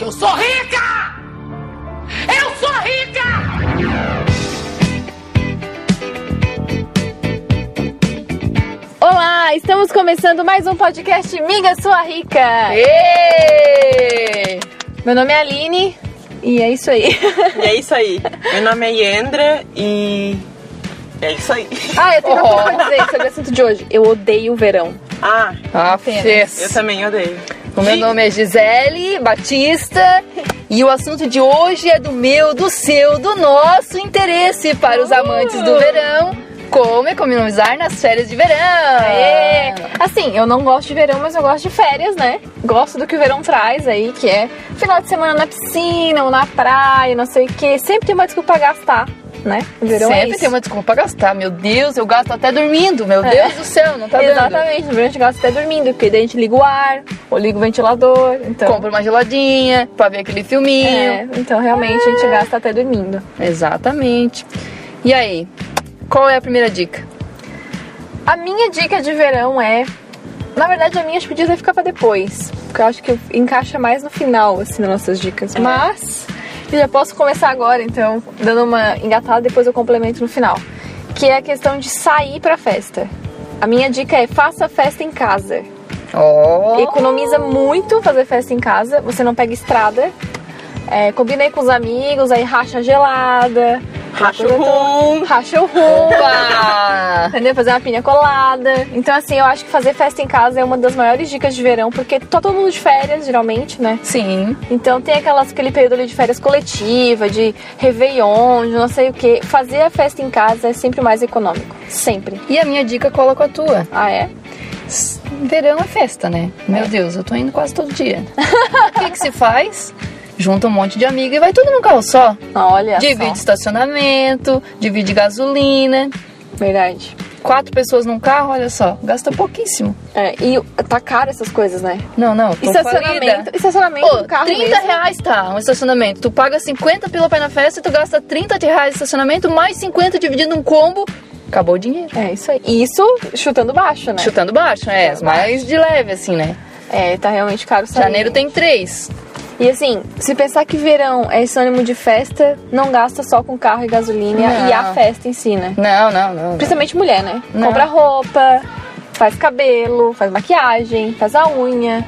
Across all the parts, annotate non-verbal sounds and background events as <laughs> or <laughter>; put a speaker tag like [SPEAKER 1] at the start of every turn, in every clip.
[SPEAKER 1] Eu sou rica! Eu sou rica!
[SPEAKER 2] Olá, estamos começando mais um podcast Miga Sua Rica!
[SPEAKER 3] Ê!
[SPEAKER 2] Meu nome é Aline e é isso aí.
[SPEAKER 3] E é isso aí. Meu nome é Yandra e. É isso aí.
[SPEAKER 2] <laughs> Ah, eu tenho uma coisa pra dizer sobre o assunto de hoje. Eu odeio o verão.
[SPEAKER 3] Ah,
[SPEAKER 4] Ah,
[SPEAKER 2] Apenas.
[SPEAKER 3] eu
[SPEAKER 4] fez.
[SPEAKER 3] também odeio.
[SPEAKER 4] O meu nome é Gisele Batista e o assunto de hoje é do meu, do seu, do nosso interesse para
[SPEAKER 2] Uh!
[SPEAKER 4] os amantes do verão. Como economizar nas férias de verão?
[SPEAKER 2] Ah. Aê! Assim, eu não gosto de verão, mas eu gosto de férias, né? Gosto do que o verão traz aí, que é final de semana na piscina ou na praia, não sei o quê. Sempre tem uma desculpa pra gastar, né? O verão é
[SPEAKER 4] Sempre
[SPEAKER 2] isso. É.
[SPEAKER 4] tem uma desculpa pra gastar. Meu Deus, eu gasto até dormindo. Meu Deus do céu, não tá dando.
[SPEAKER 2] Exatamente, no verão a gente gosta de estar dormindo, porque daí a gente liga o ar, ou liga o ventilador, então...
[SPEAKER 4] Compra uma geladinha pra ver aquele
[SPEAKER 2] É,
[SPEAKER 4] filminho.
[SPEAKER 2] então realmente a gente gasta até dormindo.
[SPEAKER 4] Exatamente. E aí, qual é a primeira dica?
[SPEAKER 2] A minha dica de verão é. Na verdade, a minha acho que podia até ficar pra depois. Porque eu acho que encaixa mais no final, assim, nas nossas dicas. Mas. Eu já posso começar agora, então, dando uma engatada, depois eu complemento no final. Que é a questão de sair pra festa. A minha dica é faça festa em casa.
[SPEAKER 4] Ó.
[SPEAKER 2] Economiza muito fazer festa em casa, você não pega estrada. É, combina aí com os amigos, aí racha a gelada,
[SPEAKER 3] Racho
[SPEAKER 2] coisa
[SPEAKER 3] rum.
[SPEAKER 2] racha o rumo.
[SPEAKER 4] Opa!
[SPEAKER 2] Entendeu? Fazer uma pinha colada. Então, assim, eu acho que fazer festa em casa é uma das maiores dicas de verão, porque tá todo mundo de férias, geralmente, né?
[SPEAKER 4] Sim.
[SPEAKER 2] Então tem aquelas, aquele período ali de férias coletiva, de Réveillon, de não sei o quê. Fazer a festa em casa é sempre mais econômico. Sempre.
[SPEAKER 4] E a minha dica cola com a tua.
[SPEAKER 2] Ah, é?
[SPEAKER 4] S- Verão é festa, né? Meu Deus, eu tô indo quase todo dia. o que, que se faz? Junta um monte de amigo e vai tudo num carro só.
[SPEAKER 2] Não, Ah, olha
[SPEAKER 4] divide
[SPEAKER 2] só.
[SPEAKER 4] estacionamento, divide gasolina.
[SPEAKER 2] Verdade.
[SPEAKER 4] Quatro pessoas num carro, olha só, gasta pouquíssimo.
[SPEAKER 2] É, e tá caro essas coisas, né?
[SPEAKER 4] Não, não, tô
[SPEAKER 2] Estacionamento,
[SPEAKER 4] falida.
[SPEAKER 2] estacionamento
[SPEAKER 4] Ô,
[SPEAKER 2] do Um carro
[SPEAKER 4] 30
[SPEAKER 2] mesmo.
[SPEAKER 4] reais tá, um estacionamento. Tu paga 50 pela pé na festa e tu gasta 30 de reais de estacionamento, mais 50 dividindo um combo. Acabou o dinheiro.
[SPEAKER 2] É isso aí. Isso chutando baixo, né?
[SPEAKER 4] Chutando baixo, é,
[SPEAKER 2] Chutando
[SPEAKER 4] mais de leve, assim, né?
[SPEAKER 2] É, tá realmente caro sair.
[SPEAKER 4] Janeiro tem três.
[SPEAKER 2] E assim, se pensar que verão é sinônimo de festa, não gasta só com carro e gasolina
[SPEAKER 4] Não.
[SPEAKER 2] e a festa em si, né?
[SPEAKER 4] Não, não, não. não.
[SPEAKER 2] Principalmente mulher, né?
[SPEAKER 4] Não.
[SPEAKER 2] Compra roupa, faz cabelo, faz maquiagem, faz a unha.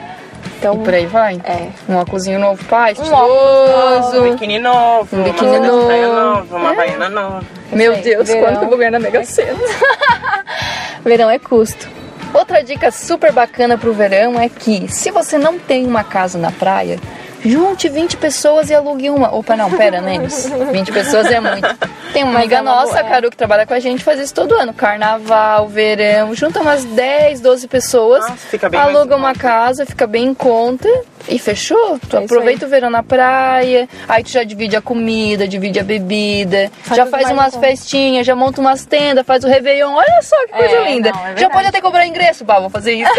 [SPEAKER 2] Então,
[SPEAKER 4] E por aí vai.
[SPEAKER 2] é.
[SPEAKER 4] Um óculosinho novo, pai,
[SPEAKER 2] Um óculos
[SPEAKER 4] estiloso.
[SPEAKER 2] novo.
[SPEAKER 3] Um biquíni novo.
[SPEAKER 4] Um biquíni
[SPEAKER 3] uma
[SPEAKER 4] novo.
[SPEAKER 3] saia nova, uma baiana nova.
[SPEAKER 4] Meu
[SPEAKER 2] Isso aí,
[SPEAKER 4] Deus,
[SPEAKER 2] verão.
[SPEAKER 4] quanto eu vou ganhar na Mega Sena.
[SPEAKER 2] Verão é custo.
[SPEAKER 4] Outra dica super bacana pro verão é que se você não tem uma casa na praia, junte 20 pessoas e alugue uma. Opa, não,
[SPEAKER 2] <laughs>
[SPEAKER 4] pera, menos. 20 pessoas é muito. Tem uma
[SPEAKER 2] Mas é
[SPEAKER 4] amiga
[SPEAKER 2] uma
[SPEAKER 4] nossa,
[SPEAKER 2] boa,
[SPEAKER 4] a
[SPEAKER 2] é.
[SPEAKER 4] Caru, que trabalha com a gente, faz isso todo ano. Carnaval, verão, junta umas 10, 12 pessoas,
[SPEAKER 3] Nossa, fica bem mais
[SPEAKER 4] aluga
[SPEAKER 3] em
[SPEAKER 4] uma
[SPEAKER 3] conta.
[SPEAKER 4] casa, fica bem em conta e fechou. Tu
[SPEAKER 2] É isso
[SPEAKER 4] aproveita o verão na praia, aí tu já divide a comida, divide a bebida,
[SPEAKER 2] Faz
[SPEAKER 4] já
[SPEAKER 2] tudo
[SPEAKER 4] faz
[SPEAKER 2] mais em
[SPEAKER 4] umas
[SPEAKER 2] conta.
[SPEAKER 4] festinhas, já monta umas tendas, faz o Réveillon. Olha só que coisa
[SPEAKER 2] É,
[SPEAKER 4] linda.
[SPEAKER 2] não, é verdade.
[SPEAKER 4] já pode até cobrar ingresso, bah, vou fazer <laughs> isso.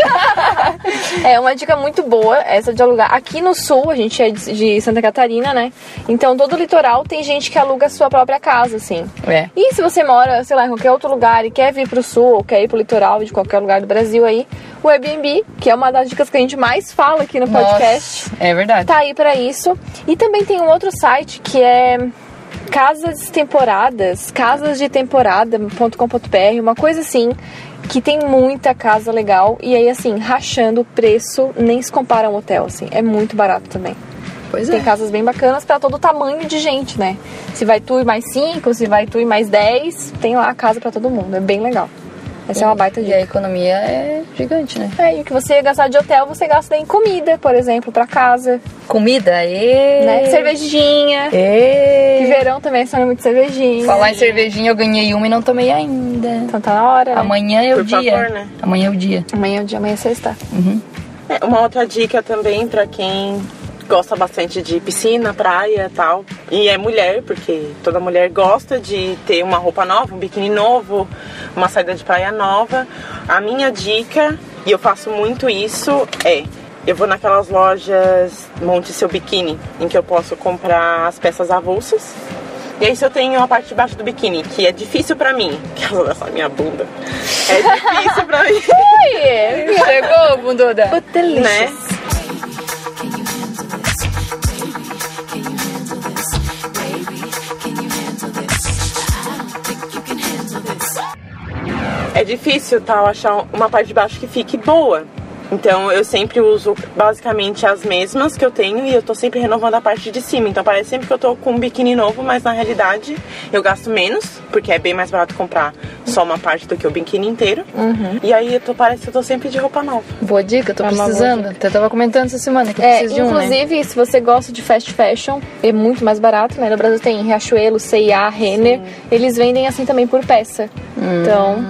[SPEAKER 2] É uma dica muito boa essa de alugar. Aqui no sul, a gente é de de Santa Catarina, né? Então, todo o litoral tem gente que aluga a sua própria casa, assim.
[SPEAKER 4] É.
[SPEAKER 2] E se você mora, sei lá, em qualquer outro lugar e quer vir pro sul ou quer ir pro litoral de qualquer lugar do Brasil aí, o Airbnb, que é uma das dicas que a gente mais fala aqui
[SPEAKER 4] Um
[SPEAKER 2] no podcast,
[SPEAKER 4] Nossa, é verdade.
[SPEAKER 2] tá aí pra isso. E também tem um outro site que é Casas Temporadas, casasdetemporada.com.br, uma coisa assim, que tem muita casa legal e aí assim, rachando o preço, nem se compara a um hotel assim, é muito barato também.
[SPEAKER 4] Pois
[SPEAKER 2] Tem
[SPEAKER 4] é.
[SPEAKER 2] casas bem bacanas pra todo tamanho de gente, né? Se vai tu e mais cinco, se vai tu e mais 10, tem lá a casa pra todo mundo. É bem legal. Essa é uma baita
[SPEAKER 4] E a
[SPEAKER 2] dica.
[SPEAKER 4] economia é gigante, né?
[SPEAKER 2] É, e o que você ia gastar de hotel, você gasta em comida, por exemplo, pra casa,
[SPEAKER 4] Comida, e
[SPEAKER 2] né? Cervejinha. E
[SPEAKER 4] E...
[SPEAKER 2] verão também é muito cervejinha.
[SPEAKER 4] Falar em cervejinha, eu ganhei uma e não tomei ainda.
[SPEAKER 2] Então tá na hora, né?
[SPEAKER 4] Amanhã é o
[SPEAKER 3] Por
[SPEAKER 4] dia.
[SPEAKER 3] favor, né?
[SPEAKER 4] Amanhã é o dia.
[SPEAKER 2] Amanhã é o dia, amanhã é sexta.
[SPEAKER 3] É, uma outra dica também pra quem gosta bastante de piscina, praia e tal. E é mulher, porque toda mulher gosta de ter uma roupa nova, um biquíni novo, uma saída de praia nova. A minha dica, e eu faço muito isso, é eu vou naquelas lojas Monte Seu Biquíni, em que eu posso comprar as peças avulsas. E aí se eu tenho a parte de baixo do biquíni, que é difícil pra mim, <laughs> que é essa minha bunda. É difícil pra mim.
[SPEAKER 4] Chegou, bunduda.
[SPEAKER 2] Delícia.
[SPEAKER 3] né? É difícil tal achar uma parte de baixo que fique boa. Então eu sempre uso basicamente as mesmas que eu tenho e eu tô sempre renovando a parte de cima. Então parece sempre que eu tô com um biquíni novo, mas na realidade eu gasto menos, porque é bem mais barato comprar só uma parte do que o biquíni inteiro. E aí eu tô, parece que eu tô sempre de roupa nova.
[SPEAKER 4] Boa dica, eu tô
[SPEAKER 3] É uma boa
[SPEAKER 4] precisando. Até tava comentando essa semana que eu
[SPEAKER 2] É,
[SPEAKER 4] preciso de um, né?
[SPEAKER 2] inclusive, se você gosta de fast fashion, é muito mais barato, né? No Brasil tem Riachuelo, C&A, Renner. Eles vendem assim também por peça.
[SPEAKER 4] Hum.
[SPEAKER 2] Então,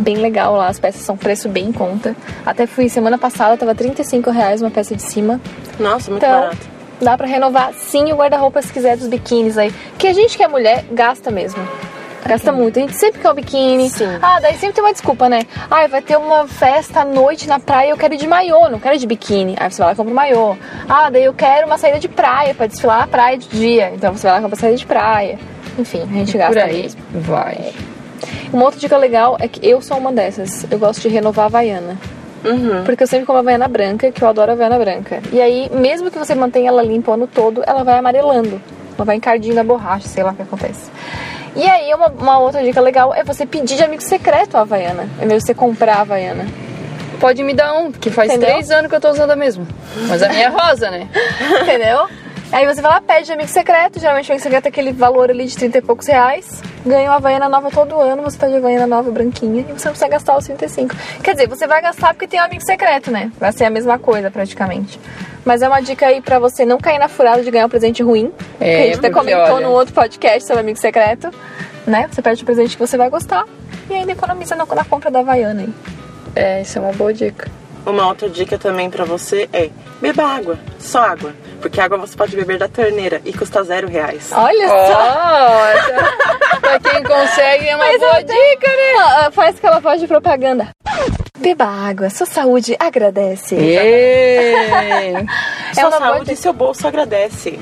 [SPEAKER 2] bem legal lá. As peças são preço bem em conta. Até fui semana passada, tava R$ 35 reais uma peça de cima.
[SPEAKER 3] Nossa, muito
[SPEAKER 2] Então,
[SPEAKER 3] barato.
[SPEAKER 2] dá pra renovar sim o guarda-roupa se quiser dos biquínis aí. Que a gente que é mulher, gasta mesmo. Gasta muito. A gente sempre quer o biquíni.
[SPEAKER 3] Sim.
[SPEAKER 2] Ah, daí sempre tem uma desculpa, né? Ai, vai ter uma festa à noite na praia, eu quero ir de maiô, não quero ir de biquíni. Aí você vai lá e compra o maiô. Ah, daí eu quero uma saída de praia pra desfilar a praia de dia. Então você vai lá e compra a saída de praia. Enfim, a gente gasta
[SPEAKER 4] Por aí.
[SPEAKER 2] mesmo.
[SPEAKER 4] Vai.
[SPEAKER 2] Uma outra dica legal é que eu sou uma dessas. Eu gosto de renovar a Havaiana.
[SPEAKER 3] Uhum.
[SPEAKER 2] Porque eu sempre como Havaiana branca, que eu adoro Havaiana branca. E aí, mesmo que você mantenha ela limpa o ano todo, ela vai amarelando. Ela vai encardindo a borracha, sei lá o que acontece. E aí, uma, uma outra dica legal é você pedir de amigo secreto a Havaiana. É mesmo você comprar a Havaiana.
[SPEAKER 4] Pode me dar um, que faz
[SPEAKER 2] Entendeu?
[SPEAKER 4] três anos que eu tô usando a mesma. Mas a minha é rosa, né?
[SPEAKER 2] Entendeu? Aí você vai lá, pede de amigo secreto. Geralmente, o amigo secreto é aquele valor ali de 30 e poucos reais. Ganha uma Havaiana nova todo ano, você tá de Havaiana nova, branquinha. E você não precisa gastar os 35. Quer dizer, você vai gastar porque tem um amigo secreto, né? Vai ser a mesma coisa, praticamente. Mas é uma dica aí pra você não cair na furada de ganhar um presente ruim.
[SPEAKER 4] É,
[SPEAKER 2] que a gente até
[SPEAKER 4] porque,
[SPEAKER 2] comentou
[SPEAKER 4] olha-
[SPEAKER 2] num outro podcast sobre amigo secreto. Né? Você pede um presente que você vai gostar. E ainda economiza na, na compra da Havaiana aí.
[SPEAKER 4] <laughs> É, isso é uma boa dica.
[SPEAKER 3] Uma outra dica também pra você é beba água, só água. Porque água você pode beber da torneira e custa zero reais.
[SPEAKER 2] Olha só!
[SPEAKER 4] Ó, essa- pra quem consegue é uma
[SPEAKER 2] Mas
[SPEAKER 4] boa
[SPEAKER 2] ela
[SPEAKER 4] dica.
[SPEAKER 2] né? Faz aquela voz de propaganda. Beba água, sua saúde agradece.
[SPEAKER 4] Ei!
[SPEAKER 2] é
[SPEAKER 3] Sua
[SPEAKER 2] uma boa
[SPEAKER 3] saúde e seu bolso agradece.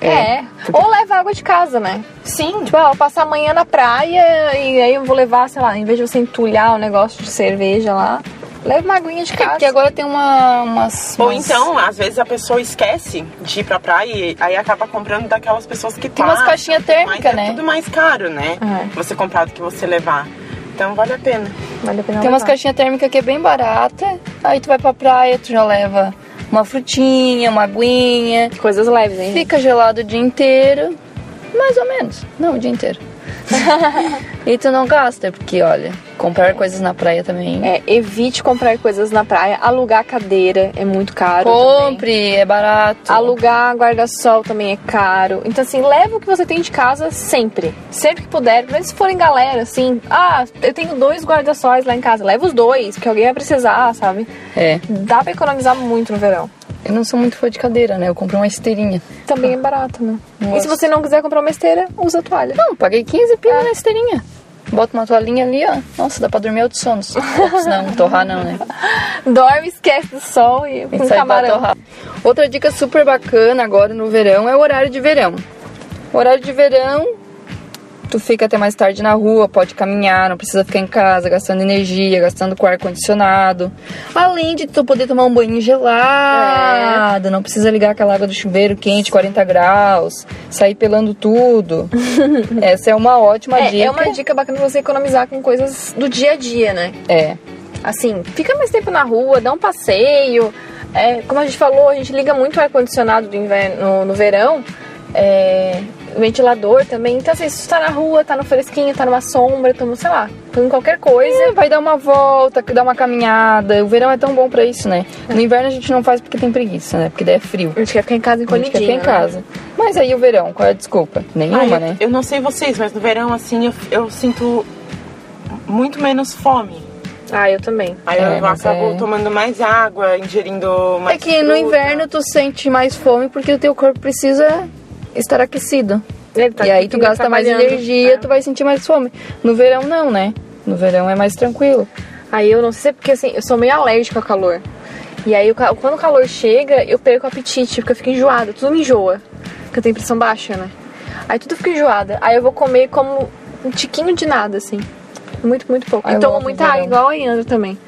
[SPEAKER 2] É. Ou leva água de casa, né?
[SPEAKER 3] Sim.
[SPEAKER 2] Tipo, ah, vou passar amanhã na praia e aí eu vou levar, sei lá, em vez de você entulhar o negócio de cerveja lá, leva uma aguinha de
[SPEAKER 4] É
[SPEAKER 2] casa.
[SPEAKER 4] porque agora tem uma, umas.
[SPEAKER 3] Ou
[SPEAKER 4] umas-
[SPEAKER 3] então, às vezes a pessoa esquece de ir pra praia e aí acaba comprando daquelas pessoas que
[SPEAKER 4] Tem umas
[SPEAKER 3] passam,
[SPEAKER 4] caixinhas
[SPEAKER 3] mas
[SPEAKER 4] térmicas,
[SPEAKER 3] é
[SPEAKER 4] né?
[SPEAKER 3] tudo mais caro, né?
[SPEAKER 2] É.
[SPEAKER 3] Você comprar do que você levar. Então vale a pena.
[SPEAKER 2] Vale a pena
[SPEAKER 4] Tem umas
[SPEAKER 2] levar.
[SPEAKER 4] caixinhas térmicas que é bem barata. Aí tu vai pra praia, tu já leva uma frutinha, uma aguinha.
[SPEAKER 2] Coisas leves, hein?
[SPEAKER 4] Fica gelado o dia inteiro. Mais ou menos. Não, o dia <laughs> inteiro. e tu não gasta, porque olha, comprar coisas na praia também.
[SPEAKER 2] É, evite comprar coisas na praia. Alugar cadeira é muito caro. também.
[SPEAKER 4] Compre, é barato.
[SPEAKER 2] Alugar guarda-sol também é caro. Então, assim, leva o que você tem de casa sempre. Sempre que puder. Mas se for em galera, assim, ah, eu tenho dois guarda-sóis lá em casa. Leva os dois, porque alguém vai precisar, sabe?
[SPEAKER 4] É.
[SPEAKER 2] Dá pra economizar muito no verão.
[SPEAKER 4] Eu não sou muito fã de cadeira, né? Eu comprei uma esteirinha.
[SPEAKER 2] Também é barato, né?
[SPEAKER 4] Nossa.
[SPEAKER 2] E se você não quiser comprar uma esteira, usa a toalha.
[SPEAKER 4] Não, paguei 15 pila na esteirinha. Bota uma toalhinha ali, ó. Nossa, dá pra dormir outros sonos. Ops, não, torrar não,
[SPEAKER 2] <laughs>
[SPEAKER 4] né?
[SPEAKER 2] <laughs> Dorme, esquece do sol e
[SPEAKER 4] Tem
[SPEAKER 2] com
[SPEAKER 4] que sair pra
[SPEAKER 2] camarão.
[SPEAKER 4] torrar. Outra dica super bacana agora no verão é o horário de verão. O horário de verão, tu fica até mais tarde na rua, pode caminhar, não precisa ficar em casa gastando energia, gastando com ar-condicionado. Além de tu poder tomar um banho
[SPEAKER 2] É.
[SPEAKER 4] gelado, não precisa ligar aquela água do chuveiro quente, 40 graus, sair pelando
[SPEAKER 2] <laughs>
[SPEAKER 4] tudo. Essa é uma ótima
[SPEAKER 2] É,
[SPEAKER 4] dica.
[SPEAKER 2] é uma dica bacana pra você economizar com coisas do dia a dia, né?
[SPEAKER 4] É.
[SPEAKER 2] assim, fica mais tempo na rua, dá um passeio. É, como a gente falou, a gente liga muito o ar-condicionado do inverno, no, no verão, é, o ventilador também. Então, assim, se você tá na rua, tá no fresquinho, tá numa sombra, toma, sei lá, toma qualquer coisa.
[SPEAKER 4] É, vai dar uma volta, dar uma caminhada. O verão é tão bom pra isso, né? No inverno a gente não faz porque tem preguiça, né? Porque daí é frio.
[SPEAKER 2] A gente quer ficar em casa
[SPEAKER 4] A gente
[SPEAKER 2] encolhidinho.
[SPEAKER 4] quer ficar em
[SPEAKER 2] né?
[SPEAKER 4] casa. Mas aí o verão, qual é a desculpa? Nenhuma,
[SPEAKER 3] Ai,
[SPEAKER 4] né?
[SPEAKER 3] Eu não sei vocês, mas no verão, assim, eu, eu sinto muito menos fome.
[SPEAKER 2] Ah, eu também.
[SPEAKER 3] Aí
[SPEAKER 4] É,
[SPEAKER 3] eu
[SPEAKER 4] mas
[SPEAKER 3] acabo
[SPEAKER 4] é.
[SPEAKER 3] tomando mais água, ingerindo mais.
[SPEAKER 4] É que no
[SPEAKER 3] fruta.
[SPEAKER 4] inverno tu sente mais fome porque o teu corpo precisa estar aquecido.
[SPEAKER 2] Ele tá
[SPEAKER 4] e aí tu
[SPEAKER 2] aqui
[SPEAKER 4] gasta mais
[SPEAKER 2] trabalhando.
[SPEAKER 4] energia,
[SPEAKER 2] É.
[SPEAKER 4] tu vai sentir mais fome. No verão não, né? No verão é mais tranquilo.
[SPEAKER 2] Aí eu não sei se é porque assim, eu sou meio alérgica ao calor. E aí, o ca- quando o calor chega, eu perco o apetite, porque eu fico enjoada, tudo me enjoa. Porque eu tenho pressão baixa, né? Aí tudo fica enjoada. Aí eu vou comer como um tiquinho de nada, assim. Muito, muito pouco.
[SPEAKER 4] I
[SPEAKER 2] e tomo
[SPEAKER 4] love
[SPEAKER 2] muita
[SPEAKER 4] o
[SPEAKER 2] água,
[SPEAKER 4] verão.
[SPEAKER 2] igual a Yandra também.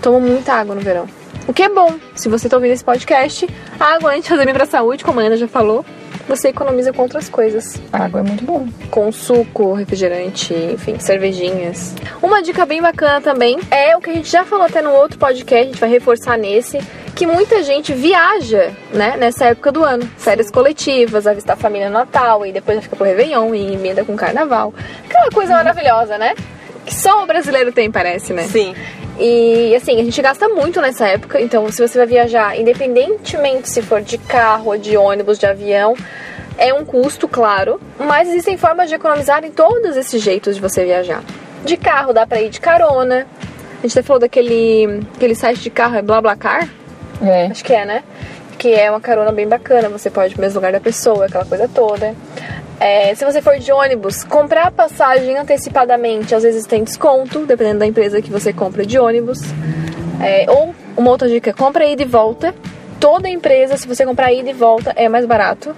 [SPEAKER 2] Tomo muita água no verão. O que é bom, se você tá ouvindo esse podcast, água antes de fazer bem pra saúde, como a Ana já falou. você economiza com outras coisas.
[SPEAKER 4] Água é muito bom.
[SPEAKER 2] Com suco, refrigerante, enfim, cervejinhas. Uma dica bem bacana também é o que a gente já falou até no outro podcast, a gente vai reforçar nesse, que muita gente viaja, né, nessa época do ano. Férias coletivas, a visitar a família no Natal, e depois já fica pro Réveillon e emenda com Carnaval. Aquela coisa maravilhosa, né? Que só o brasileiro tem, parece, né?
[SPEAKER 3] Sim.
[SPEAKER 2] E assim, a gente gasta muito nessa época, então se você vai viajar, independentemente se for de carro, de ônibus, de avião, é um custo, claro, mas existem formas de economizar em todos esses jeitos de você viajar. De carro dá pra ir de carona. A gente até falou daquele aquele site de carro, é BlaBlaCar?
[SPEAKER 4] É.
[SPEAKER 2] Acho que é, né? Que é uma carona bem bacana, você pode ir pro mesmo lugar da pessoa, aquela coisa toda. É, se você for de ônibus, comprar a passagem antecipadamente, às vezes tem desconto, dependendo da empresa que você compra de ônibus. É, ou uma outra dica, compra ida e volta. Toda empresa, se você comprar ida e volta, é mais barato.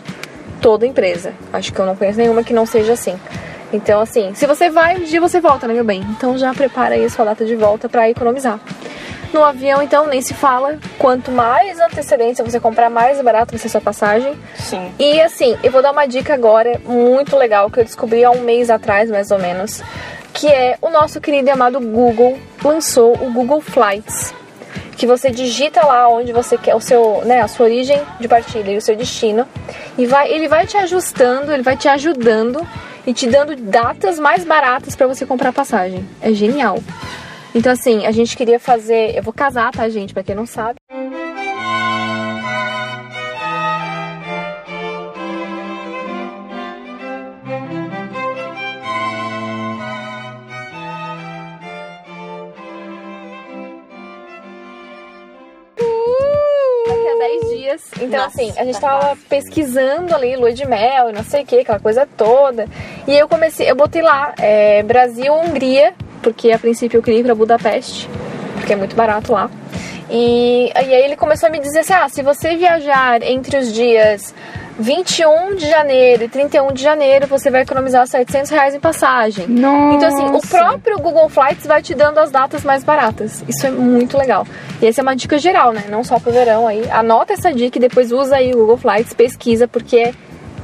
[SPEAKER 2] Toda empresa. Acho que eu não conheço nenhuma que não seja assim. Então, assim, se você vai, um dia você volta, né, meu bem? Então já prepara aí a sua data de volta para economizar. No avião, então, nem se fala. Quanto mais antecedência você comprar, mais barato vai ser a sua passagem.
[SPEAKER 3] Sim.
[SPEAKER 2] E assim, eu vou dar uma dica agora muito legal que eu descobri há um mês atrás, mais ou menos, que é o nosso querido e amado Google lançou o Google Flights, que você digita lá onde você quer o seu, né, a sua origem de partida e o seu destino, e vai, ele vai te ajustando, ele vai te ajudando e te dando datas mais baratas para você comprar passagem. É genial. Então assim, a gente queria fazer, eu vou casar, tá, gente, para quem não sabe. daqui a 10 dias. Então,
[SPEAKER 4] Nossa,
[SPEAKER 2] assim, a gente
[SPEAKER 4] tá
[SPEAKER 2] tava pesquisando ali lua de mel e não sei o que, aquela coisa toda. E eu comecei, eu botei lá é, Brasil-Hungria, porque a princípio eu queria ir pra Budapeste, porque é muito barato lá. E, e aí ele começou a me dizer assim: ah, se você viajar entre os dias 21 de janeiro e 31 de janeiro, você vai economizar R$ 700 reais em passagem.
[SPEAKER 4] Nossa.
[SPEAKER 2] Então, assim, o próprio Google Flights vai te dando as datas mais baratas. Isso é muito legal. E essa é uma dica geral, né? Não só pro verão aí. Anota essa dica e depois usa aí o Google Flights, pesquisa, porque é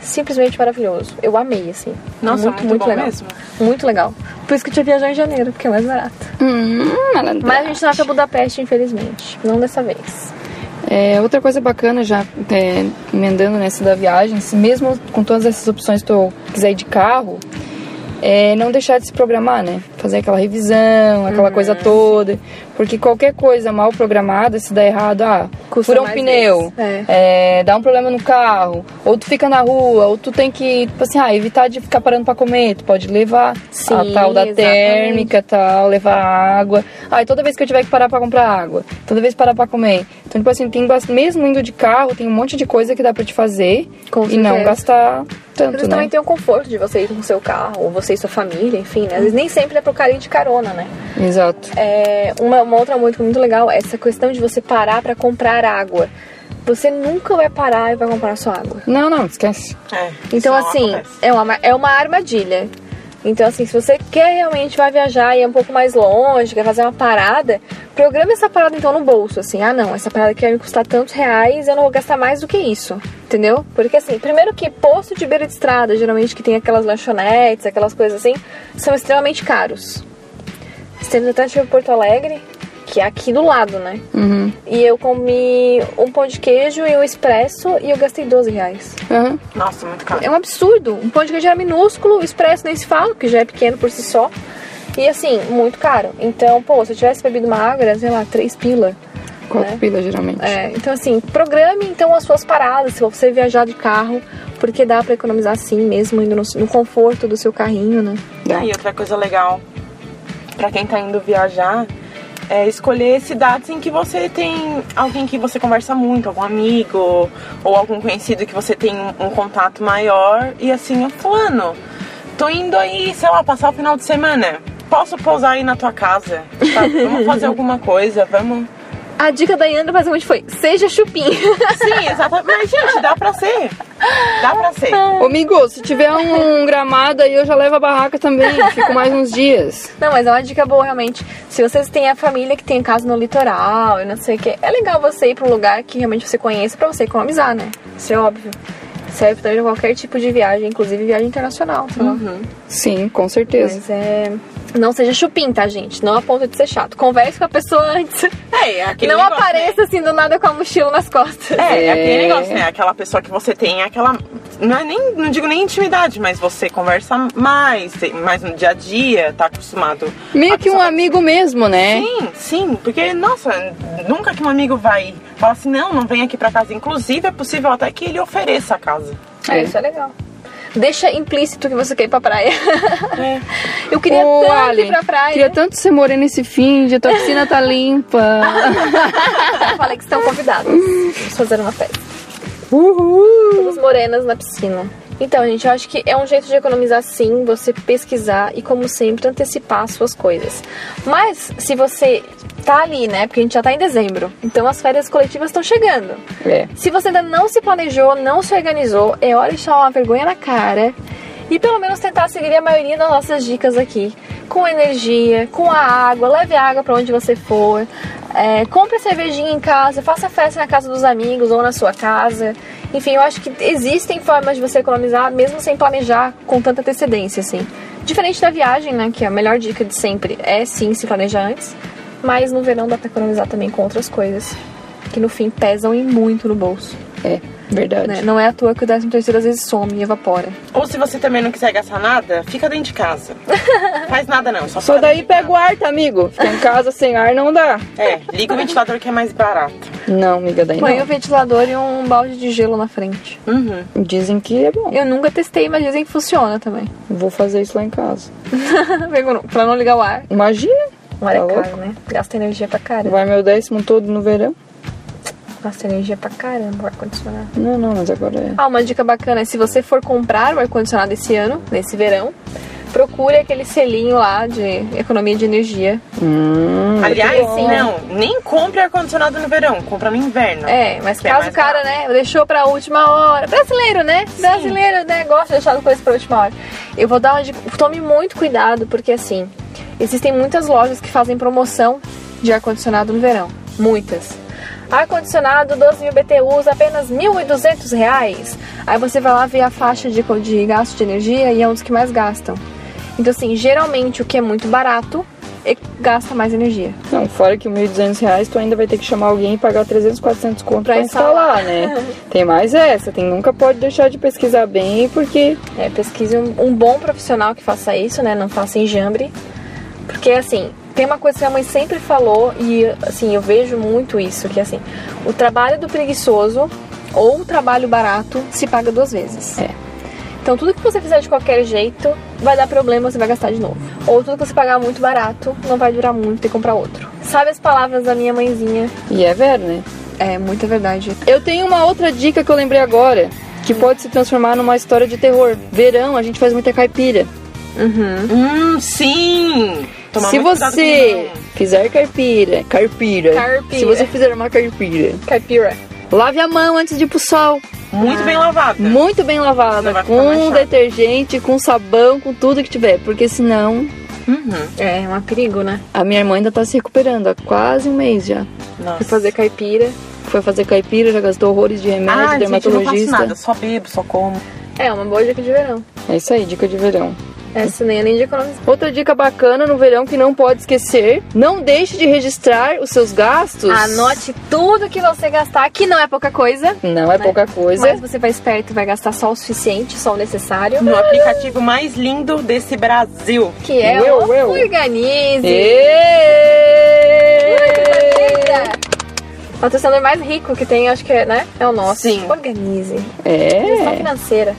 [SPEAKER 2] simplesmente maravilhoso. Eu amei, assim.
[SPEAKER 3] Nossa, muito, bom
[SPEAKER 2] legal.
[SPEAKER 3] mesmo.
[SPEAKER 2] Muito legal. Por isso que eu tinha viajar em janeiro, porque é mais barato.
[SPEAKER 4] Hum, malandragem.
[SPEAKER 2] Mas a gente não vai pra Budapeste, infelizmente. Não dessa vez.
[SPEAKER 4] É, outra coisa bacana, já é, emendando nessa da viagem, se mesmo com todas essas opções que eu quiser ir de carro, é não deixar de se programar, né? Fazer aquela revisão, aquela
[SPEAKER 2] Uhum.
[SPEAKER 4] coisa toda. Porque qualquer coisa mal programada, se dá errado, ah,
[SPEAKER 2] Custa
[SPEAKER 4] furou um
[SPEAKER 2] mais
[SPEAKER 4] pneu,
[SPEAKER 2] vezes.
[SPEAKER 4] é, dá um problema no carro, ou tu fica na rua, ou tu tem que, tipo assim, ah, evitar de ficar parando pra comer, tu pode levar
[SPEAKER 2] Sim,
[SPEAKER 4] a tal da
[SPEAKER 2] exatamente.
[SPEAKER 4] térmica, tal, levar água. Ai, toda vez que eu tiver que parar pra comprar água, toda vez parar pra comer. Então, tipo assim, tem bas- mesmo indo de carro, tem um monte de coisa que dá pra te fazer
[SPEAKER 2] Com
[SPEAKER 4] e não
[SPEAKER 2] certeza.
[SPEAKER 4] gastar
[SPEAKER 2] Eles
[SPEAKER 4] tanto, né?
[SPEAKER 2] também têm o conforto de você ir com o seu carro, ou você e sua família, enfim, né? Às vezes nem sempre é pro cara ir de carona, né?
[SPEAKER 4] Exato.
[SPEAKER 2] É, uma, uma outra música muito legal é essa questão de você parar pra comprar água. Você nunca vai parar e vai comprar sua água.
[SPEAKER 4] Não, não, esquece.
[SPEAKER 3] É, isso
[SPEAKER 2] Então,
[SPEAKER 3] não
[SPEAKER 2] assim,
[SPEAKER 3] acontece.
[SPEAKER 2] é uma, é uma armadilha. Então, assim, se você quer realmente vai viajar e é um pouco mais longe, quer fazer uma parada, programa essa parada então no bolso, assim. Ah, não, essa parada aqui vai me custar tantos reais, eu não vou gastar mais do que isso, entendeu? Porque, assim, primeiro que posto de beira de estrada, geralmente que tem aquelas lanchonetes, aquelas coisas assim, são extremamente caros. Estamos até em Porto Alegre, que é aqui do lado, né?
[SPEAKER 4] Uhum.
[SPEAKER 2] E eu comi um pão de queijo e um expresso e eu gastei 12 reais.
[SPEAKER 4] Uhum.
[SPEAKER 3] Nossa, muito caro.
[SPEAKER 2] É um absurdo. Um pão de queijo era minúsculo, o expresso nem se fala, que já é pequeno por si só. E assim, muito caro. Então, pô, se eu tivesse bebido uma água, era, sei lá, três pila.
[SPEAKER 4] Quatro
[SPEAKER 2] Né?
[SPEAKER 4] pila, geralmente.
[SPEAKER 2] É, então assim, programe então as suas paradas, se você viajar de carro, porque dá pra economizar sim, mesmo indo no, no conforto do seu carrinho, né?
[SPEAKER 4] Dá.
[SPEAKER 3] Ah, e outra coisa legal pra quem tá indo viajar é escolher cidades em que você tem alguém que você conversa muito, algum amigo ou algum conhecido que você tem um contato maior e assim, fulano, tô indo aí, sei lá, passar o final de semana. Posso pousar aí na tua casa? Tá?
[SPEAKER 4] <laughs>
[SPEAKER 3] Vamos fazer alguma coisa, vamos.
[SPEAKER 2] A dica da Yandra basicamente foi, seja chupim. <laughs>
[SPEAKER 3] Sim, exatamente. Mas, gente, dá pra ser. Dá pra ser.
[SPEAKER 4] Ô, amigo, se tiver um gramado aí, eu já levo a barraca também. Fico mais uns dias.
[SPEAKER 2] Não, mas é uma dica boa, realmente. Se vocês têm a família que tem casa no litoral, eu não sei o que, é legal você ir pra um lugar que realmente você conheça pra você economizar, né? Isso é óbvio. Serve também pra qualquer tipo de viagem, inclusive viagem internacional, sei lá.
[SPEAKER 3] Uhum.
[SPEAKER 4] Sim, com certeza.
[SPEAKER 2] Mas é. Não seja chupim, tá, gente? Não a ponto de ser chato. Converse com a pessoa antes.
[SPEAKER 3] É, é aquele
[SPEAKER 2] não
[SPEAKER 3] negócio,
[SPEAKER 2] apareça assim do nada com a mochila nas costas.
[SPEAKER 3] Né? É, é aquele
[SPEAKER 4] É.
[SPEAKER 3] negócio, né? Aquela pessoa que você tem aquela. Não, é nem, não digo nem intimidade, mas você conversa mais, tem mais no dia a dia, tá acostumado.
[SPEAKER 4] Meio
[SPEAKER 3] a
[SPEAKER 4] que um
[SPEAKER 3] pessoa-
[SPEAKER 4] amigo mesmo, né?
[SPEAKER 3] Sim, sim, porque, nossa, nunca que um amigo vai falar assim, não, não vem aqui pra casa. Inclusive, é possível até que ele ofereça a casa.
[SPEAKER 2] É, isso é legal. Deixa implícito que você quer ir pra praia.
[SPEAKER 3] É.
[SPEAKER 2] <laughs> Eu queria
[SPEAKER 4] Ô,
[SPEAKER 2] tanto
[SPEAKER 4] Ali,
[SPEAKER 2] ir pra praia.
[SPEAKER 4] Queria tanto ser morena esse fim de tua piscina tá limpa.
[SPEAKER 2] Eu falei que estão convidados. Vamos fazer uma festa.
[SPEAKER 4] Uhul!
[SPEAKER 2] Todas morenas na piscina. Então, gente, eu acho que é um jeito de economizar sim, você pesquisar e, como sempre, antecipar as suas coisas. Mas, se você tá ali, né? Porque a gente já tá em dezembro. Então, as férias coletivas estão chegando.
[SPEAKER 4] <laughs> É.
[SPEAKER 2] Se você ainda não se planejou, não se organizou, é hora de chamar uma vergonha na cara e pelo menos tentar seguir a maioria das nossas dicas aqui. Com energia, com a água, leve a água para onde você for, é, compre a cervejinha em casa, faça festa na casa dos amigos ou na sua casa. Enfim, eu acho que existem formas de você economizar mesmo sem planejar com tanta antecedência, assim. Diferente da viagem, né, que é a melhor dica de sempre é sim se planejar antes, mas no verão dá pra economizar também com outras coisas que no fim pesam e muito no bolso.
[SPEAKER 4] É, verdade.
[SPEAKER 2] né? Não é à toa que o 13 terceiro às vezes some e evapora.
[SPEAKER 3] Ou se você também não quiser gastar nada, fica dentro de
[SPEAKER 4] <laughs>
[SPEAKER 3] casa. Faz nada não, só
[SPEAKER 4] É. Só
[SPEAKER 3] fica
[SPEAKER 4] daí
[SPEAKER 3] dentro de
[SPEAKER 4] pega o ar, tá, amigo? Ficar em casa sem ar não dá.
[SPEAKER 3] casa. É, liga o ventilador que é mais barato.
[SPEAKER 4] Não, amiga, daí
[SPEAKER 2] Põe o
[SPEAKER 4] não.
[SPEAKER 2] ventilador e um balde de gelo na frente.
[SPEAKER 3] Uhum.
[SPEAKER 4] Dizem que é bom.
[SPEAKER 2] Eu nunca testei, mas dizem que funciona também. <laughs>
[SPEAKER 4] Vou fazer isso lá em casa.
[SPEAKER 2] Pergunto, pra não ligar o ar.
[SPEAKER 4] Imagina,
[SPEAKER 2] O ar é
[SPEAKER 4] Tá louco?
[SPEAKER 2] caro, né? Gasta energia pra caramba.
[SPEAKER 4] vai meu décimo todo no verão.
[SPEAKER 2] Gasta energia pra caramba o ar-condicionado.
[SPEAKER 4] Não, não, mas agora é.
[SPEAKER 2] Ah, uma dica bacana é se você for comprar o ar-condicionado esse ano, nesse verão, procure aquele selinho lá de economia de energia.
[SPEAKER 4] Hum,
[SPEAKER 3] Aliás,
[SPEAKER 2] bom.
[SPEAKER 3] não, nem compre ar-condicionado no verão, compra no inverno.
[SPEAKER 2] É, mas
[SPEAKER 3] Que é
[SPEAKER 2] caso
[SPEAKER 3] mais
[SPEAKER 2] o cara, né, deixou pra última hora. Brasileiro, né? Brasileiro, né? Gosta de deixar as coisas pra última hora. Eu vou dar uma dica. Tome muito cuidado, porque assim, existem muitas lojas que fazem promoção de ar-condicionado no verão. Muitas. Ar-condicionado 12 mil BTUs, apenas R$ 1.200. reais. Aí você vai lá ver a faixa de, co- de gasto de energia e é um dos que mais gastam. Então, assim, geralmente o que é muito barato e- gasta mais energia.
[SPEAKER 4] não, fora que 1.200 reais, tu ainda vai ter que chamar alguém e pagar 300, 400 conto pra
[SPEAKER 2] Pra
[SPEAKER 4] instalar, né? <laughs> Tem mais essa, tem nunca pode deixar de pesquisar bem, porque
[SPEAKER 2] É, pesquise um, um bom profissional que faça isso, né? Não faça enjambre. Porque, assim, tem uma coisa que a mãe sempre falou e, assim, eu vejo muito isso, que, assim, o trabalho do preguiçoso ou o trabalho barato se paga duas vezes.
[SPEAKER 4] É.
[SPEAKER 2] Então, tudo que você fizer de qualquer jeito vai dar problema, você vai gastar de novo. Ou tudo que você pagar muito barato não vai durar muito, tem que comprar outro. Sabe as palavras da minha mãezinha?
[SPEAKER 4] e é ver, né?
[SPEAKER 2] É, muita verdade.
[SPEAKER 4] Eu tenho uma outra dica que eu lembrei agora, que pode se transformar numa história de terror. Verão, a gente faz muita caipira.
[SPEAKER 2] Uhum.
[SPEAKER 3] Hum, sim! Tomar
[SPEAKER 4] se
[SPEAKER 3] muito cuidado
[SPEAKER 4] você
[SPEAKER 3] com-
[SPEAKER 4] fizer caipira, carpira,
[SPEAKER 2] Carpira.
[SPEAKER 4] se você fizer uma carpira,
[SPEAKER 2] Caipira.
[SPEAKER 4] lave a mão antes de ir pro sol,
[SPEAKER 3] Muito bem lavado.
[SPEAKER 4] muito bem
[SPEAKER 3] Senão
[SPEAKER 4] lavada,
[SPEAKER 3] vai ficar
[SPEAKER 4] com
[SPEAKER 3] manchado.
[SPEAKER 4] detergente, com sabão, com tudo que tiver, porque senão
[SPEAKER 3] Uhum.
[SPEAKER 2] É, é um perigo, né?
[SPEAKER 4] a minha irmã ainda tá se recuperando há quase um mês já.
[SPEAKER 2] Fui
[SPEAKER 3] Nossa.
[SPEAKER 2] fazer caipira.
[SPEAKER 4] Foi fazer caipira, já gastou horrores de remédio,
[SPEAKER 3] Ah, gente, eu não faço
[SPEAKER 4] dermatologista.
[SPEAKER 3] nada, só bebo, só como.
[SPEAKER 2] É, uma boa dica de verão.
[SPEAKER 4] é isso aí, dica de verão.
[SPEAKER 2] Essa nem é nem de economizar.
[SPEAKER 4] Outra dica bacana no verão que não pode esquecer: não deixe de registrar os seus gastos.
[SPEAKER 2] Ah, Anote tudo que você gastar, que não é pouca coisa.
[SPEAKER 4] Não é
[SPEAKER 2] né?
[SPEAKER 4] pouca coisa.
[SPEAKER 2] Mas você vai esperto e vai gastar só o suficiente, só o necessário.
[SPEAKER 3] No É aplicativo mais lindo desse Brasil.
[SPEAKER 2] Que é
[SPEAKER 4] Eu,
[SPEAKER 2] o
[SPEAKER 4] eu.
[SPEAKER 2] Organize.
[SPEAKER 4] Êêêê!
[SPEAKER 2] O patrocinador mais rico que tem, acho que é, né? É o nosso.
[SPEAKER 3] Sim.
[SPEAKER 2] Organize. Gestão
[SPEAKER 4] É.
[SPEAKER 2] financeira.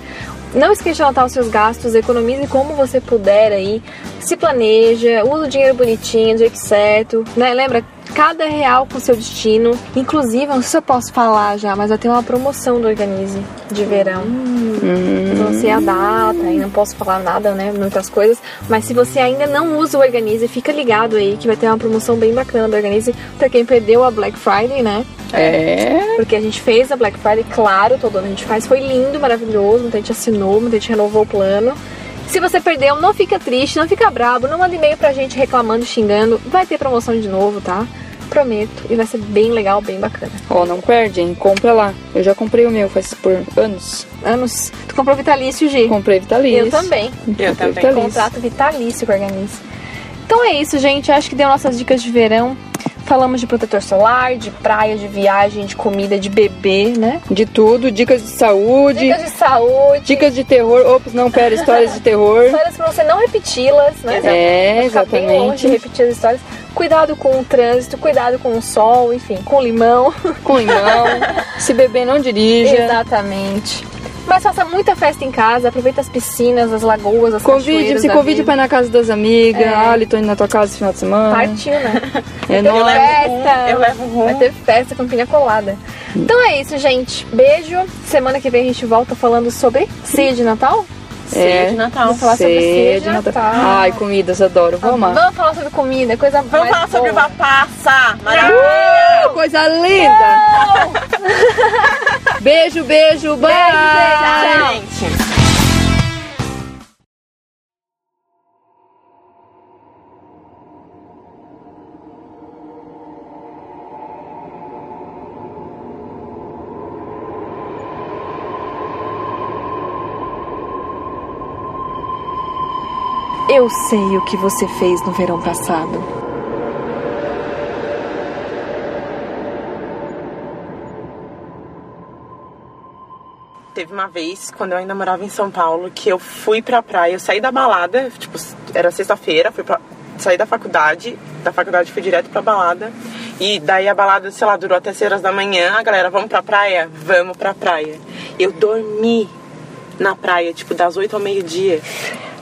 [SPEAKER 2] Não esqueça de anotar os seus gastos, economize como você puder aí. Se planeja, usa o dinheiro bonitinho, do jeito certo, né? Lembra, cada real com seu destino. Inclusive, eu não sei se eu posso falar já, mas eu tenho uma promoção do Organize de verão.
[SPEAKER 4] Hum,
[SPEAKER 2] Não sei a data, e não posso falar nada, né? Muitas coisas. Mas se você ainda não usa o Organize, fica ligado aí que vai ter uma promoção bem bacana do Organize pra quem perdeu a Black Friday, né?
[SPEAKER 4] é.
[SPEAKER 2] Porque a gente fez a Black Friday, claro, todo ano a gente faz. Foi lindo, maravilhoso. Muita gente assinou, muita gente renovou o plano. Se você perdeu, não fica triste, não fica brabo, não manda e-mail pra gente reclamando, xingando. Vai ter promoção de novo, tá? prometo. E vai ser bem legal, bem bacana.
[SPEAKER 4] Ó, não perde, hein? Compra lá. Eu já comprei o meu faz por anos.
[SPEAKER 2] Anos. Tu comprou vitalício, Gi?
[SPEAKER 4] Comprei vitalício.
[SPEAKER 2] Eu também.
[SPEAKER 4] Comprei
[SPEAKER 3] também.
[SPEAKER 4] Vitalício.
[SPEAKER 2] Contrato vitalício com a Organize. Então é isso, gente. Acho que deu nossas dicas de verão. Falamos de protetor solar, de praia, de viagem, de comida, de bebê, né?
[SPEAKER 4] De tudo, dicas de saúde, dicas
[SPEAKER 2] Dicas de saúde.
[SPEAKER 4] de, terror. Ops, não, pera, histórias de terror.
[SPEAKER 2] Histórias pra você não repeti-las, né?
[SPEAKER 4] É,
[SPEAKER 2] Pra ficar bem longe
[SPEAKER 4] exatamente.
[SPEAKER 2] de repetir as histórias. Cuidado com o trânsito, cuidado com o sol, enfim, com o limão.
[SPEAKER 4] Com limão. Se beber, não dirija.
[SPEAKER 2] Exatamente. Mas faça muita festa em casa, aproveita as piscinas, as lagoas, as
[SPEAKER 4] Convide,
[SPEAKER 2] cachoeiras
[SPEAKER 4] se
[SPEAKER 2] da
[SPEAKER 4] convide
[SPEAKER 2] vida.
[SPEAKER 4] pra ir na casa das amigas.
[SPEAKER 2] É.
[SPEAKER 4] Ah, Ali, tô indo na tua casa esse final de semana.
[SPEAKER 2] Partiu, né?
[SPEAKER 4] É
[SPEAKER 2] Tem
[SPEAKER 3] Eu
[SPEAKER 4] nóis.
[SPEAKER 3] levo um,
[SPEAKER 2] festa.
[SPEAKER 3] eu levo um.
[SPEAKER 2] Vai ter festa com pinha colada. Então é isso, gente. Beijo. Semana que vem a gente volta falando sobre ceia de Natal.
[SPEAKER 3] Ceia de Natal.
[SPEAKER 2] Vamos falar sobre ceia de Natal.
[SPEAKER 4] Ai, comidas, adoro. Vou amar.
[SPEAKER 2] Vamos falar sobre comida, coisa
[SPEAKER 3] Vamos
[SPEAKER 2] mais
[SPEAKER 3] falar sobre
[SPEAKER 2] boa.
[SPEAKER 3] vapaça. Maravilha.
[SPEAKER 4] Uh, coisa linda! <laughs> beijo, beijo, bye!
[SPEAKER 2] beijo, tchau.
[SPEAKER 3] gente.
[SPEAKER 2] Eu sei o que você fez no verão passado.
[SPEAKER 3] Teve uma vez, quando eu ainda morava em São Paulo, que eu fui pra praia, eu saí da balada, tipo, era sexta-feira, fui pra, saí da faculdade, da faculdade fui direto pra balada. E daí a balada, sei lá, durou até seis horas da manhã, a galera, vamos pra praia? Vamos pra praia. Eu dormi na praia, tipo, das oito ao meio-dia.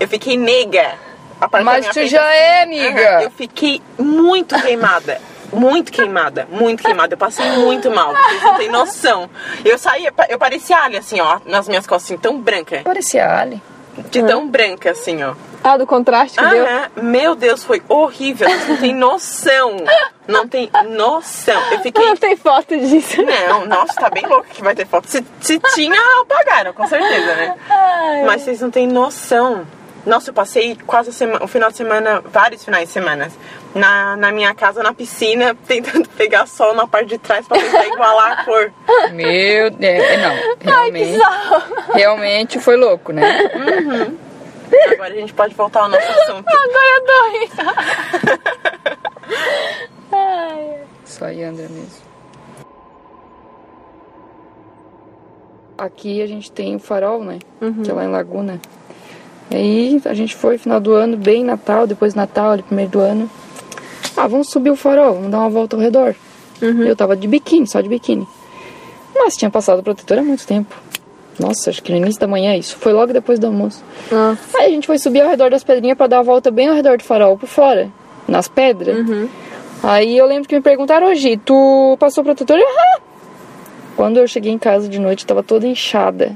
[SPEAKER 3] Eu fiquei nega. A parte da
[SPEAKER 4] Mas
[SPEAKER 3] minha
[SPEAKER 4] tu
[SPEAKER 3] frente,
[SPEAKER 4] já é,
[SPEAKER 3] Aham,
[SPEAKER 4] amiga!
[SPEAKER 3] Eu fiquei muito queimada. Muito queimada, muito queimada. Eu passei muito mal, vocês não têm noção. Eu saía, pa- eu parecia alien, assim, ó, nas minhas costas, assim, tão branca.
[SPEAKER 4] Parecia Ali.
[SPEAKER 3] De tão branca, assim, ó.
[SPEAKER 2] Ah, do contraste que deu? <laughs>
[SPEAKER 3] Aham, meu Deus, foi horrível. Vocês não têm noção. Não tem noção. Eu fiquei.
[SPEAKER 2] Não tem foto disso.
[SPEAKER 3] Não, nossa, tá bem louco que vai ter foto. Se, se tinha, apagaram, com certeza, né? Mas vocês não têm noção. Nossa, eu passei quase a sema- o final de semana, vários finais de semana, na, na minha casa, na piscina, <laughs> tentando pegar sol na parte de trás pra tentar igualar a cor.
[SPEAKER 4] Meu Deus, é, não.
[SPEAKER 2] Ai, que
[SPEAKER 4] Realmente,
[SPEAKER 2] sal.
[SPEAKER 4] realmente foi louco, né?
[SPEAKER 3] Agora a gente pode voltar ao nosso assunto.
[SPEAKER 2] <laughs> Agora eu Ai.
[SPEAKER 4] Só a Yandra mesmo. Aqui a gente tem o farol, né? Que é lá em Laguna. E aí a gente foi final do ano, bem Natal, depois Natal, ali, primeiro do ano. Ah, vamos subir o farol, vamos dar uma volta ao redor. Eu tava de biquíni, só de biquíni. Mas tinha passado o protetor há muito tempo. Nossa, acho que no início da manhã é isso. Foi logo depois do almoço.
[SPEAKER 2] Nossa.
[SPEAKER 4] Aí a gente foi subir ao redor das pedrinhas pra dar a volta bem ao redor do farol, por fora, nas pedras. Aí eu lembro que me perguntaram hoje, tu passou protetor? Eu, "Ah." Quando eu cheguei em casa de noite, eu tava toda inchada.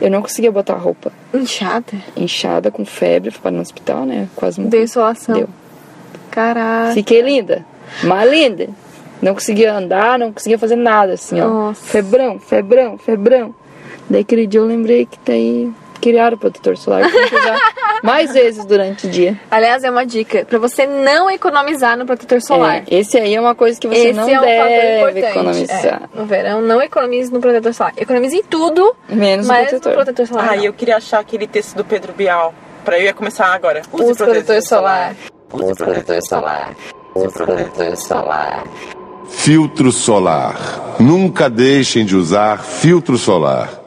[SPEAKER 4] Eu não conseguia botar roupa.
[SPEAKER 2] Inchada.
[SPEAKER 4] Inchada, com febre, fui parar no hospital, né? Quase morri.
[SPEAKER 2] Deu insolação.
[SPEAKER 4] Deu.
[SPEAKER 2] Caraca.
[SPEAKER 4] Fiquei linda, mas linda. Não conseguia andar, não conseguia fazer nada, assim, ó.
[SPEAKER 2] Nossa.
[SPEAKER 4] Febrão, febrão, febrão. Daí aquele dia eu lembrei que daí criaram o protetor solar. que tem que usar
[SPEAKER 2] <laughs>
[SPEAKER 4] mais vezes durante o dia.
[SPEAKER 2] Aliás, é uma dica pra você não economizar no protetor solar.
[SPEAKER 4] É, esse aí é uma coisa que você
[SPEAKER 2] Esse
[SPEAKER 4] não
[SPEAKER 2] é um fator
[SPEAKER 4] deve
[SPEAKER 2] importante.
[SPEAKER 4] economizar.
[SPEAKER 2] É, no verão, não economize no protetor solar. Economize em tudo,
[SPEAKER 4] Menos no
[SPEAKER 2] mas
[SPEAKER 4] protetor.
[SPEAKER 2] no protetor solar.
[SPEAKER 3] Ai,
[SPEAKER 2] não.
[SPEAKER 3] eu queria achar aquele texto do Pedro Bial. Pra eu ia começar agora.
[SPEAKER 2] Use protetor solar.
[SPEAKER 5] Use protetor solar. Use protetor solar.
[SPEAKER 6] Filtro solar. Nunca deixem de usar filtro solar.